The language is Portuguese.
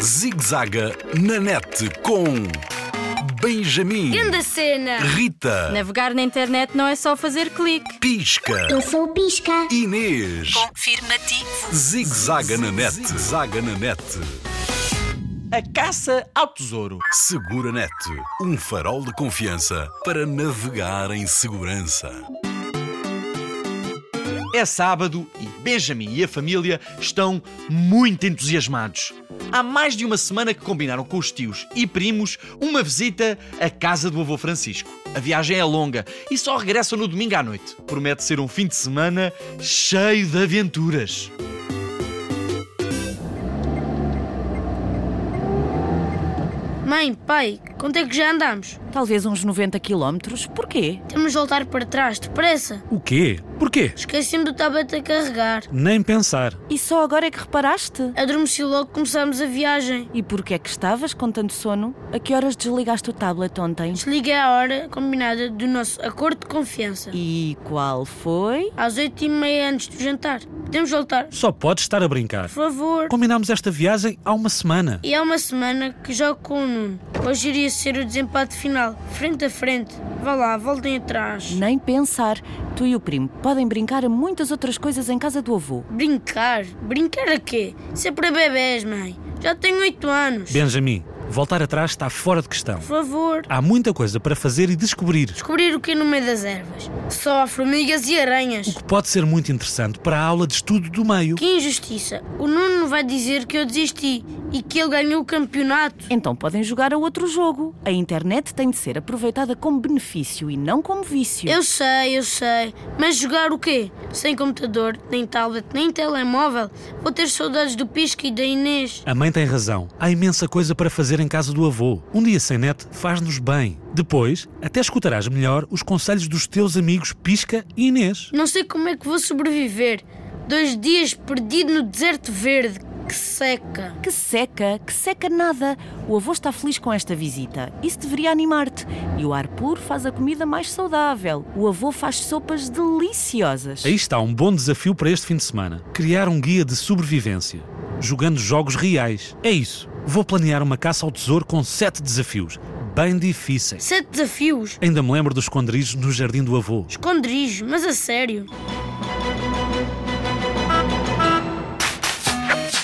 Zigzaga na net com Benjamin, Grande cena! Rita, Navegar na internet não é só fazer clique. Pisca, Eu sou o Pisca. Inês. Confirmativo. Zigzaga na net, zaga na net. A caça ao tesouro. Segura net, um farol de confiança para navegar em segurança. É sábado e Benjamin e a família estão muito entusiasmados. Há mais de uma semana que combinaram com os tios e primos uma visita à casa do avô Francisco. A viagem é longa e só regressam no domingo à noite. Promete ser um fim de semana cheio de aventuras. Mãe, pai, quanto é que já andamos? Talvez uns 90 quilómetros. Porquê? Temos de voltar para trás, depressa. O quê? Porquê? Esqueci-me do tablet a carregar. Nem pensar. E só agora é que reparaste? Adormeci logo que começamos a viagem. E porquê é que estavas com tanto sono? A que horas desligaste o tablet ontem? Desliguei a hora combinada do nosso acordo de confiança. E qual foi? Às oito e meia antes do jantar. Podemos voltar, por Só podes estar a brincar. favor. Combinámos esta viagem há uma semana. E há uma semana que jogo com o Nuno. Hoje iria ser o desempate final, frente a frente. Vá lá, voltem atrás. Nem pensar. Tu e o primo podem brincar a muitas outras coisas em casa do avô. Brincar? Brincar a quê? Isso é para bebés, mãe. Já tenho oito anos. Benjamin, voltar atrás está fora de questão. Por favor. Há muita coisa para fazer e descobrir, Descobrir o que é no meio das ervas. Só há formigas e aranhas. o que pode ser muito interessante para a aula de estudo do meio. Que injustiça! O Nuno vai dizer que eu desisti e que ele ganhou o campeonato. Então podem jogar a outro jogo. A internet tem de ser aproveitada como benefício e não como vício. Eu sei, eu sei. Mas jogar o quê? Sem computador, nem tablet, nem telemóvel. Vou ter saudades do Pisca e da Inês. A mãe tem razão. Há imensa coisa para fazer em casa do avô. Um dia sem net faz-nos bem. Depois, até escutarás melhor os conselhos dos teus amigos Pisca e Inês. Não sei como é que vou sobreviver. Dois dias perdido no deserto verde. Que seca! Que seca, que seca nada. O avô está feliz com esta visita. Isso deveria animar-te. E o ar puro faz a comida mais saudável. O avô faz sopas deliciosas. Aí está um bom desafio para este fim de semana: criar um guia de sobrevivência, jogando jogos reais. É isso. Vou planear uma caça ao tesouro com sete desafios, bem difíceis. Sete desafios! Ainda me lembro dos esconderijos no jardim do avô. Esconderijo, mas a sério.